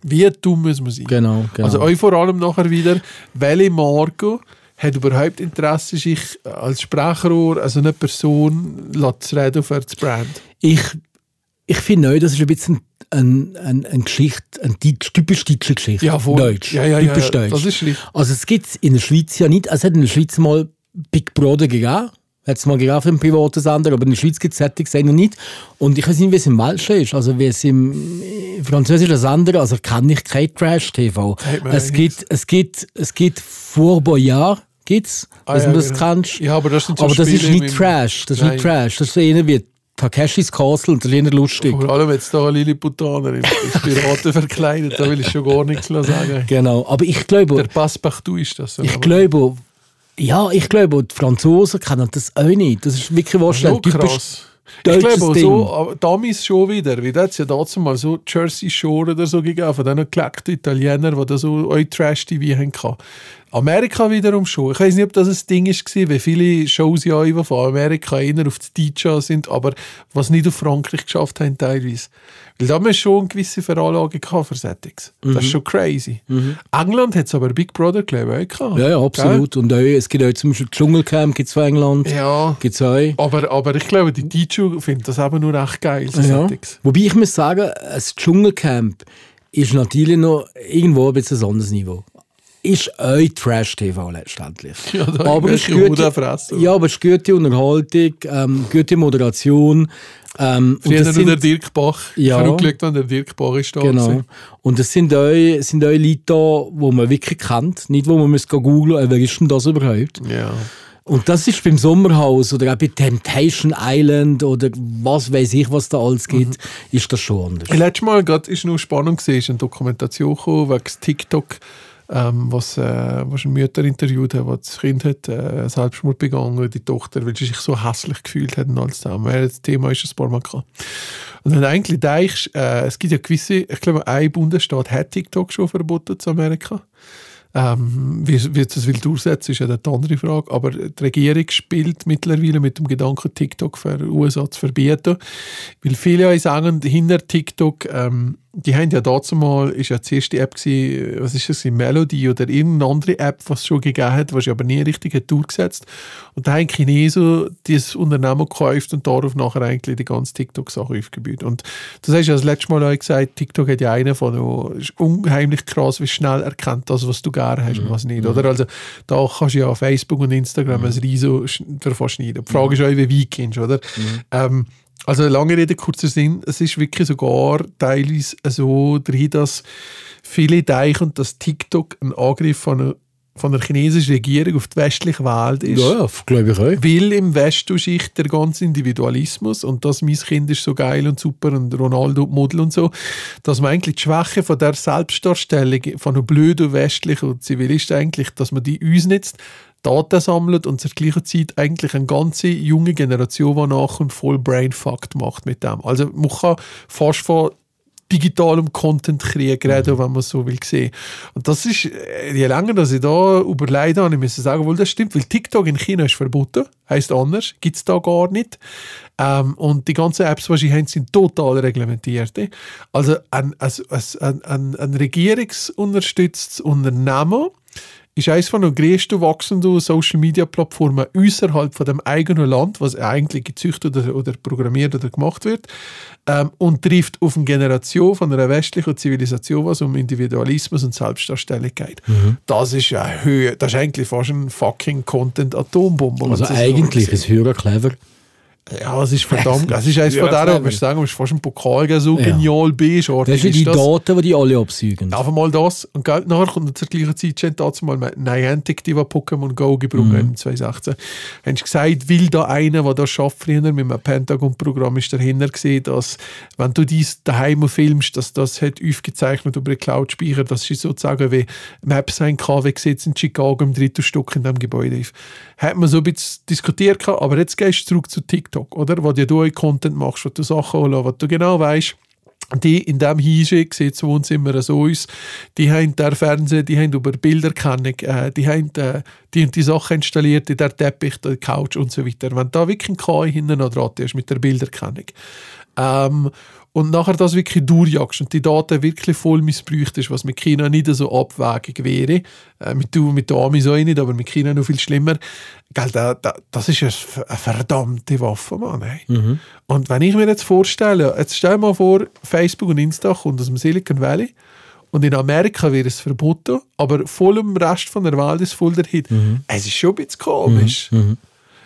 Speaker 4: Wie dumm muss man sein?
Speaker 3: Genau, genau.
Speaker 4: Also euch vor allem nachher wieder, welche Marco hat überhaupt Interesse, sich als Sprachrohr, also eine Person, lassen zu reden für das Brand?
Speaker 3: ich, ich finde neu, das ist ein bisschen ein, ein, ein Geschichte, eine deutsch, typisch deutsche Geschichte.
Speaker 4: Ja, voll.
Speaker 3: Deutsch.
Speaker 4: Ja, ja, ja,
Speaker 3: typisch
Speaker 4: ja,
Speaker 3: Deutsch.
Speaker 4: das ist richtig.
Speaker 3: Also es gibt in der Schweiz ja nicht, es hat in der Schweiz mal Big Brother gegeben. Hat es mal gegeben für einen privaten Sender, aber in der Schweiz gibt es solche gesehen noch nicht. Und ich weiß nicht, wie es im Welschen ist, also wie es im äh, französischen Sender, also kenne ich kein Trash-TV.
Speaker 4: Sagt mir
Speaker 3: Es
Speaker 4: auch
Speaker 3: gibt, es gibt, es gibt Vorboyard, gibt's,
Speaker 4: Ah,
Speaker 3: dass
Speaker 4: ja,
Speaker 3: du das
Speaker 4: genau.
Speaker 3: kennst.
Speaker 4: Ja, aber das sind so
Speaker 3: Aber das ist
Speaker 4: Spiele
Speaker 3: nicht
Speaker 4: im-
Speaker 3: Trash, das ist nicht
Speaker 4: Nein.
Speaker 3: Trash, das ist eher wie Takeshis Castle und das ist eher lustig.
Speaker 4: Vor allem jetzt da Lilliputaner im als Piraten verkleidet, da will ich schon gar nichts sagen.
Speaker 3: Genau, aber ich
Speaker 4: Der
Speaker 3: glaube,
Speaker 4: Passpartout ist das. oder?
Speaker 3: ich glaube, ja, ich glaube, die Franzosen kennen das auch nicht. Das ist wirklich wahrscheinlich
Speaker 4: so
Speaker 3: ein typisch
Speaker 4: krass. Ich
Speaker 3: deutsches
Speaker 4: glaube auch
Speaker 3: Ding.
Speaker 4: so, aber damals schon wieder, wie das ja dazu mal so Jersey Shore oder so gegeben, von diesen geleckten Italienern, die da so euch Trash-TV hatten. Amerika wiederum schon. Ich weiß nicht, ob das ein Ding ist, wie viele Shows ja einfach von Amerika eher auf die DJ sind, aber was nicht auf Frankreich geschafft haben teilweise. Weil da haben wir schon eine gewisse Veranlagung gehabt für Settings.
Speaker 3: Mhm.
Speaker 4: Das ist schon crazy. England hat es aber Big Brother, glaube ich, auch gehabt.
Speaker 3: Ja, ja, absolut. Und auch, es gibt auch zum Beispiel Dschungelcamp, gibt es von England.
Speaker 4: Gell? Ja.
Speaker 3: Gibt es auch.
Speaker 4: Aber, aber ich glaube, die DJ finden das eben nur echt geil, so
Speaker 3: Ja.
Speaker 4: Settings.
Speaker 3: Wobei ich muss sagen, das Dschungelcamp ist natürlich noch irgendwo ein bisschen ein anderes Niveau. Ist auch Trash-TV letztendlich.
Speaker 4: Ja, da
Speaker 3: es ist
Speaker 4: irgendwelche
Speaker 3: gute,
Speaker 4: Ruderfresser.
Speaker 3: ja, aber es ist gute Unterhaltung, ähm, gute Moderation. Ähm, und
Speaker 4: Früher
Speaker 3: das
Speaker 4: nur der
Speaker 3: sind,
Speaker 4: Dirk Bach.
Speaker 3: Ja.
Speaker 4: Verrückt, wenn der Dirk Bach ist da.
Speaker 3: genau.
Speaker 4: gewesen.
Speaker 3: Und es sind auch, sind auch Leute da, die man wirklich kennt. Nicht, wo man muss googeln muss, wer ist denn das überhaupt?
Speaker 4: Ja.
Speaker 3: Und das ist beim Sommerhaus oder auch bei Temptation Island oder was weiß ich, was da alles gibt,
Speaker 4: Mhm.
Speaker 3: ist das schon anders.
Speaker 4: Letztes Mal grad ist noch spannend gesehen, ist eine Dokumentation gekommen, wegen TikTok, ähm, was, äh, was eine Mutter interviewt hat, die das Kind hat äh, Selbstmord begangen, die Tochter, weil sie sich so hässlich gefühlt hat und alles zusammen. Weil Das Thema ist ein paar Mal gehabt. Und dann eigentlich denkst du, äh, es gibt ja gewisse, ich glaube, ein Bundesstaat hat TikTok schon verboten zu Amerika. Ähm, wie, wie das will durchsetzen, ist ja dann die andere Frage. Aber die Regierung spielt mittlerweile mit dem Gedanken, TikTok für die USA zu verbieten. Weil viele ja sagen, hinter TikTok, ähm, die haben ja dazu mal, ist ja die erste App, gewesen, was ist das, gewesen, Melody oder irgendeine andere App, was es schon gegeben hat, was sie aber nie richtig hat durchgesetzt. Und da haben die Chinesen dieses Unternehmen gekauft und darauf nachher eigentlich die ganze TikTok-Sache aufgebaut. Und das hast du ja das letzte Mal auch gesagt, TikTok hat ja einen von, oh, ist unheimlich krass, wie schnell erkennt das, was du gern hast und was nicht. Oder? Also da kannst du ja auf Facebook und Instagram ein Riesen sch- davon schneiden. Die Frage ist auch, wie weit gehst du, oder? Ähm, also lange Rede, kurzer Sinn, es ist wirklich sogar teilweise so drin, dass viele denken, dass TikTok ein Angriff von einer, von der chinesischen Regierung auf die westliche Welt ist.
Speaker 3: Ja, glaube ich auch.
Speaker 4: Weil im Westen schicht der ganze Individualismus und das mein Kind ist so geil und super und Ronaldo und Model und so, dass man eigentlich die Schwäche von der Selbstdarstellung von einem blöden westlichen Zivilisten eigentlich, dass man die ausnutzt, Daten sammelt und zur gleichen Zeit eigentlich eine ganze junge Generation, die nachkommt, voll brainfucked macht mit dem. Also man kann fast von digitalem Content-Krieg reden, wenn man so will sehen. Und das ist, äh, je länger dass ich da überlegt habe, ich muss sagen, wohl das stimmt, weil TikTok in China ist verboten, heißt anders, gibt es da gar nicht. Ähm, und die ganzen Apps, die sie haben, sind total reglementiert. eh. Also ein, ein, ein, ein, ein regierungsunterstütztes Unternehmen ist eines von den größten wachsenden Social-Media-Plattformen außerhalb von dem eigenen Land, was eigentlich gezüchtet oder, oder programmiert oder gemacht wird ähm, und trifft auf eine Generation von einer westlichen Zivilisation, was um Individualismus und Selbstdarstellung geht.
Speaker 3: Mhm.
Speaker 4: Das ist ja Höhe, das ist eigentlich fast ein fucking Content-Atombombe. wenn
Speaker 3: Also
Speaker 4: du das so
Speaker 3: eigentlich
Speaker 4: siehst.
Speaker 3: ist höher clever.
Speaker 4: um Ja, es ist verdammt. Es ist eins
Speaker 3: Ja,
Speaker 4: von
Speaker 3: das
Speaker 4: der,
Speaker 3: wäre-
Speaker 4: was sagen, es ist fast ein Pokal, gell, so
Speaker 3: Ja.
Speaker 4: genial bist.
Speaker 3: Das sind die Daten, die die alle absaugen.
Speaker 4: Einfach mal das und Geld nachher kommt und zur gleichen Zeit schon dazu mal mit Niantic, die wir Pokémon Go gebrungen haben, 2016. Haben sie gesagt, will da einer, der das schafft früher mit einem Pentagon-Programm ist dahinter gesehen, dass wenn du dies daheim filmst, dass das hat aufgezeichnet über den Cloud-Speicher, das ist sozusagen wie Maps sein kann, wie sieht es in Chicago im dritten Stock in dem Gebäude auf. Hat man so ein bisschen diskutiert, gehabt, aber jetzt gehst du zurück zu TikTok, oder? Wo dir du auch Content machst, wo du Sachen holst, wo du genau weißt, die in dem Hinsche sieht das Wohnzimmer so aus, die haben der Fernseher, die haben über Bilderkennung, äh, die haben äh, die, und die Sachen installiert, in der Teppich, der Couch und so weiter. Wenn da wirklich ein KI hinten noch dran ist mit der Bilderkennung ähm, und nachher das wirklich durchjagst und die Daten wirklich voll missbraucht ist, was mit China nicht so abwägig wäre, äh, mit, du, mit den Amis auch nicht, aber mit China noch viel schlimmer, Gell, da, da, das ist ja f- eine verdammte Waffe, Mann. Ey. Und wenn ich mir jetzt vorstelle, jetzt stell dir mal vor, Facebook und Insta kommt aus dem Silicon Valley und in Amerika wird es verboten, aber voll im Rest von der Welt ist voll der Hit. Es ist schon ein bisschen komisch.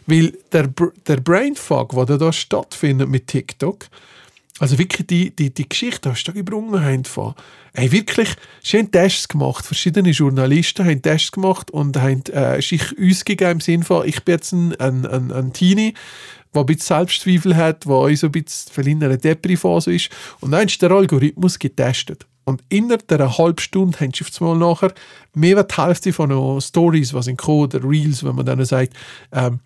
Speaker 4: Weil der, Br- der Brainfuck, der da stattfindet mit TikTok, also wirklich die, die, die Geschichte, die sie da gebrungen haben von, hey, wirklich, sie haben Tests gemacht, verschiedene Journalisten haben Tests gemacht und haben äh, sich uns gegeben im Sinne von, ich bin jetzt ein, ein, ein, ein Teenie, der ein bisschen Selbstzweifel hat, der auch so ein bisschen vielleicht in einer Depri-Phase ist und dann ist der Algorithmus getestet. Und innerhalb einer halben Stunde haben sie auf einmal nachher mehr als die Hälfte von den Stories, was in Code oder Reels, wenn man dann sagt, ähm,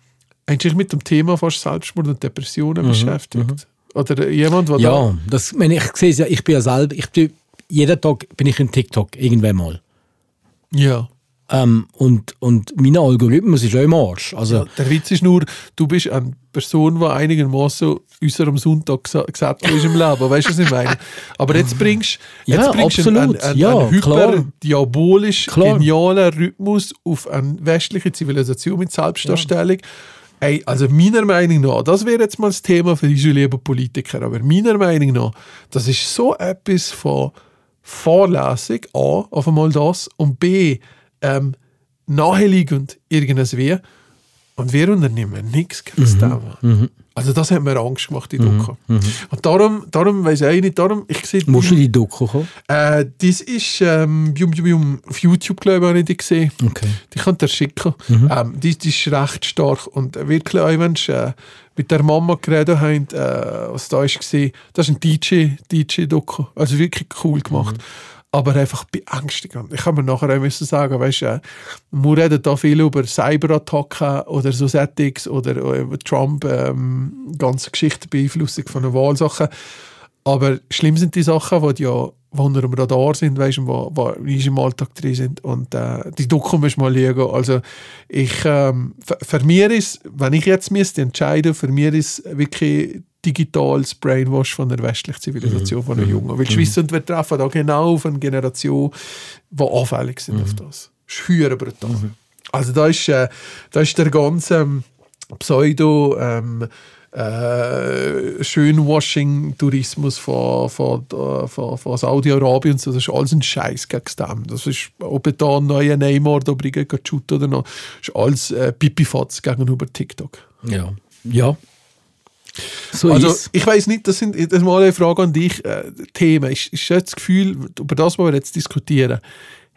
Speaker 4: haben sich mit dem Thema fast Selbstmord und Depressionen beschäftigt. Oder jemand, der da
Speaker 3: Ja, das, ich meine, ich sehe es ja, ich bin ja selber, ich bin, jeden Tag bin ich in TikTok, irgendwann mal.
Speaker 4: Ja.
Speaker 3: Ähm, und, und mein Algorithmus ist auch im Arsch. Also,
Speaker 4: Der Witz ist nur, du bist eine Person, die einigermaßen unserem Sonntag gesa- gesagt ist im Leben. Weißt du, was ich meine? Aber jetzt bringst du
Speaker 3: Ja,
Speaker 4: jetzt bringst du einen,
Speaker 3: absolut.
Speaker 4: einen, einen,
Speaker 3: Ja,
Speaker 4: einen
Speaker 3: klar.
Speaker 4: hyperdiabolisch
Speaker 3: Klar.
Speaker 4: genialen Rhythmus auf eine westliche Zivilisation mit Selbstdarstellung. Ey, also meiner Meinung nach, das wäre jetzt mal das Thema für unsere lieben Politiker, aber meiner Meinung nach, das ist so etwas von Vorlesung, A, auf einmal das, und B, ähm, naheliegend irgendwas wie, und wir unternehmen nichts gegen das Thema. Also das hat mir Angst gemacht, die Doku. Und darum, darum weiß ich auch nicht, darum, ich sehe,
Speaker 3: musst du in die Doku kommen?
Speaker 4: äh, das ist, ähm, jum, jum, jum, auf YouTube, glaube ich, habe ich die gesehen.
Speaker 3: Okay.
Speaker 4: Die kann dir schicken. Ähm, die, die ist recht stark. Und wirklich, auch wenn ich äh, mit der Mama geredet haben, äh, was da war, das ist ein DJ, DJ-Doku. Also wirklich cool gemacht. Aber einfach beängstigend. Ich habe mir nachher auch müssen sagen, weißt du, äh, wir reden da viel über Cyberattacken oder so Settings oder äh, Trump, ähm, ganze Geschichte, Beeinflussung von den Wahlsachen. Aber schlimm sind die Sachen, die ja die unter dem Radar sind, weißt du, wo, wo nicht im Alltag drin sind. Und äh, die Doku musst du mal schauen. Also ich, ähm, für, für mich ist, wenn ich jetzt müsste entscheiden, für mich ist wirklich digitales Brainwash von der westlichen Zivilisation von den Jungen. Weil schwissend wir treffen da genau auf eine Generation, die anfällig sind auf das. Schüren brutal. Also da ist, äh, da ist der ganze... Ähm, Pseudo ähm, äh, Schönwashing-Tourismus von, von, von, von äh, Saudi-Arabien, und so, das ist alles ein Scheiß gegen dem. Das ist, ob ich da einen neuen Neymar da bringe, Shoot oder noch, ist alles äh, Pipifatz gegenüber TikTok.
Speaker 3: Ja. Ja. So
Speaker 4: Also
Speaker 3: ist
Speaker 4: ich weiß nicht, das sind das ist mal eine Frage an dich. Äh, Themen. Ist, ist jetzt das Gefühl, über das, was wir jetzt diskutieren,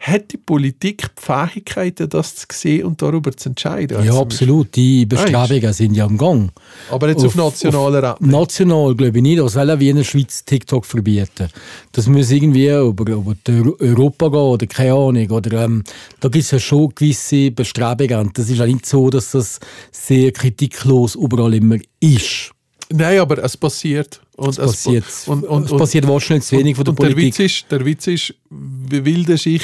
Speaker 4: hat die Politik die Fähigkeiten, das zu sehen und darüber zu entscheiden?
Speaker 3: Ja,
Speaker 4: Also,
Speaker 3: absolut. Die Bestrebungen sind ja am Gang.
Speaker 4: Aber jetzt auf, nationaler
Speaker 3: auf
Speaker 4: Ebene.
Speaker 3: National glaube ich nicht. Also wollen wir in der Schweiz TikTok verbieten. Das muss irgendwie über, über die Euro- Europa gehen oder keine Ahnung. Oder, ähm, da gibt es ja schon gewisse Bestrebungen. Und Das ist ja nicht so, dass das sehr kritiklos überall immer ist.
Speaker 4: Nein, aber es passiert. Und es,
Speaker 3: Passiert,
Speaker 4: pa- Und, und,
Speaker 3: es
Speaker 4: und,
Speaker 3: passiert wahrscheinlich zu wenig von der
Speaker 4: und
Speaker 3: Politik.
Speaker 4: Der Witz, ist, der Witz ist, wie will der sich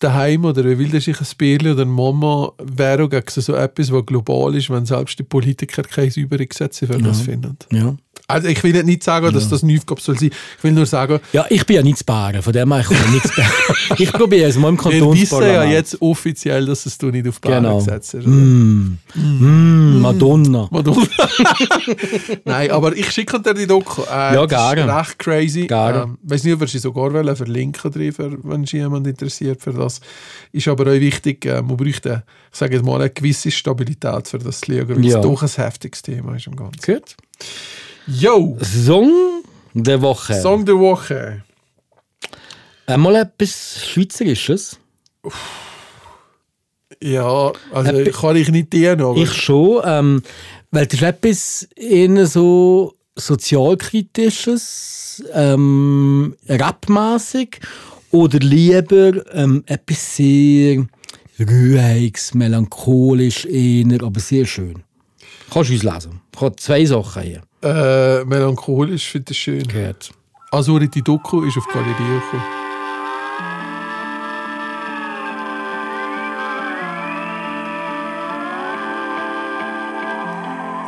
Speaker 4: daheim oder wie will der sich ein Bierchen oder eine Mama Währung gegen so etwas, was global ist, wenn selbst die Politiker keine sauberen Gesetze für das finden?
Speaker 3: ja.
Speaker 4: Also ich will jetzt nicht sagen, dass das nicht soll sein. Ich will nur sagen,
Speaker 3: ja, ich bin ja nicht zu Bären. Von dem her kann ich nichts Ich probiere es mal im
Speaker 4: wir wissen ja
Speaker 3: Kantonsparlament.
Speaker 4: jetzt offiziell, dass es du nicht auf Bahn
Speaker 3: Genau.
Speaker 4: gesetzt hast.
Speaker 3: Mm, Madonna.
Speaker 4: Madonna. Nein, aber ich schicke dir die Doku. Äh,
Speaker 3: Ja,
Speaker 4: das ist
Speaker 3: gerne.
Speaker 4: Recht crazy.
Speaker 3: Gerne.
Speaker 4: Ähm, weiß nicht, ob wir sie sogar wollen, verlinken drin, für- wenn sich jemand interessiert für das. Ist aber auch wichtig, äh, man braucht, eine, ich sage jetzt mal, eine gewisse Stabilität für das Liegen, weil
Speaker 3: Ja.
Speaker 4: es doch ein heftiges Thema ist im Ganzen.
Speaker 3: Gut.
Speaker 4: Yo!
Speaker 3: Song der Woche.
Speaker 4: Song der Woche.
Speaker 3: Einmal etwas Schweizerisches.
Speaker 4: Ja, also kann ich nicht dir noch.
Speaker 3: Äh, Ich schon, ähm, weil das ist etwas eher so sozialkritisches, ähm, rapmässig oder lieber ähm, etwas sehr rühiges, melancholisch eher, aber sehr schön. Kannst du uns lesen. Ich habe zwei Sachen hier
Speaker 4: Äh, melancholisch finde ich schön.
Speaker 3: gehört.
Speaker 4: Also die Doku ist auf die Galerie gekommen.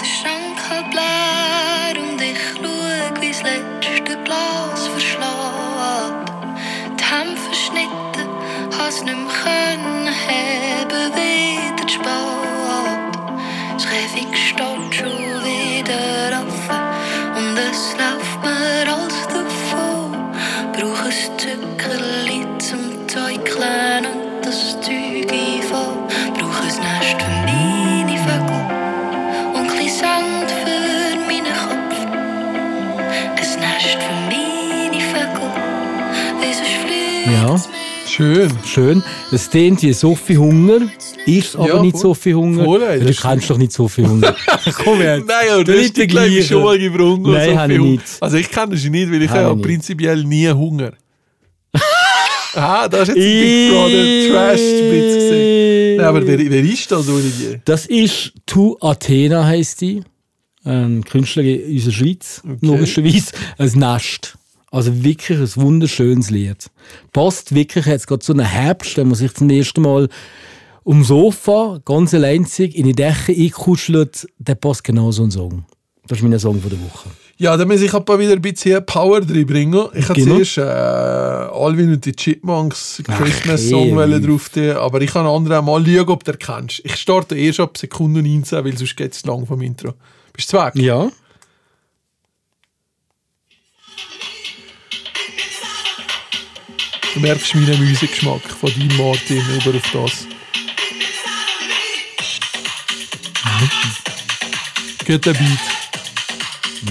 Speaker 5: Der Schrank hat leer und ich schaue, wie das letzte Glas verschlägt. Die Hände verschnitten, has nicht mehr können heben, wieder zu spät. Das Käfig steht schon wieder offen und es läuft mir alles davon. Brauche ein Zückerli zum Zeugeln und das Zeug voll. Brauche ein Nest für meine Vögel. Und glissend für meinen Kopf. Es nascht für meine Vögel. Wieso fliegt
Speaker 3: Ja.
Speaker 5: es
Speaker 4: Schön.
Speaker 3: Schön. Es klingt wie so viel Hunger, ist aber
Speaker 4: Ja,
Speaker 3: nicht
Speaker 4: voll.
Speaker 3: so viel Hunger.
Speaker 4: Voll, ey,
Speaker 3: du
Speaker 4: das
Speaker 3: kennst doch nicht so viel Hunger. Komm her.
Speaker 4: Nein, aber das ist die gleiche schon mal gebrungen. und
Speaker 3: Nein,
Speaker 4: so
Speaker 3: habe ich
Speaker 4: viel.
Speaker 3: nicht.
Speaker 4: Also ich kann das nicht, weil ich
Speaker 3: Habe ich
Speaker 4: habe
Speaker 3: nicht.
Speaker 4: prinzipiell nie Hunger. ah, das ist jetzt ein Big Brother Trash-Witz gesehen. Nein, aber wer, wer ist das, Olivier?
Speaker 3: Das ist Tu Athena, Ähm, heisst die. Ein Künstler in unserer Schweiz, logischerweise. Ein Nest. Also wirklich ein wunderschönes Lied. Passt wirklich jetzt gerade so einen Herbst, wenn man sich zum ersten Mal um Sofa ganz alleinzig in die Decke einkuschelt, der passt genau so ein Song. Das ist mein Song von der Woche.
Speaker 4: Ja, dann muss ich aber wieder ein bisschen Power reinbringen. Ich habe
Speaker 3: Genau.
Speaker 4: zuerst äh, Alvin und die Chipmunks
Speaker 3: eh,
Speaker 4: Christmas-Song
Speaker 3: Mann.
Speaker 4: wollen drauf tun, aber ich kann anderen mal schauen, ob du kennst. Ich starte erst ab Sekunde 19, weil sonst geht es lang vom Intro. Bist du weg?
Speaker 3: Ja.
Speaker 4: Du merkst meinen Musikgeschmack von deinem Martin über auf das. Guter Beat.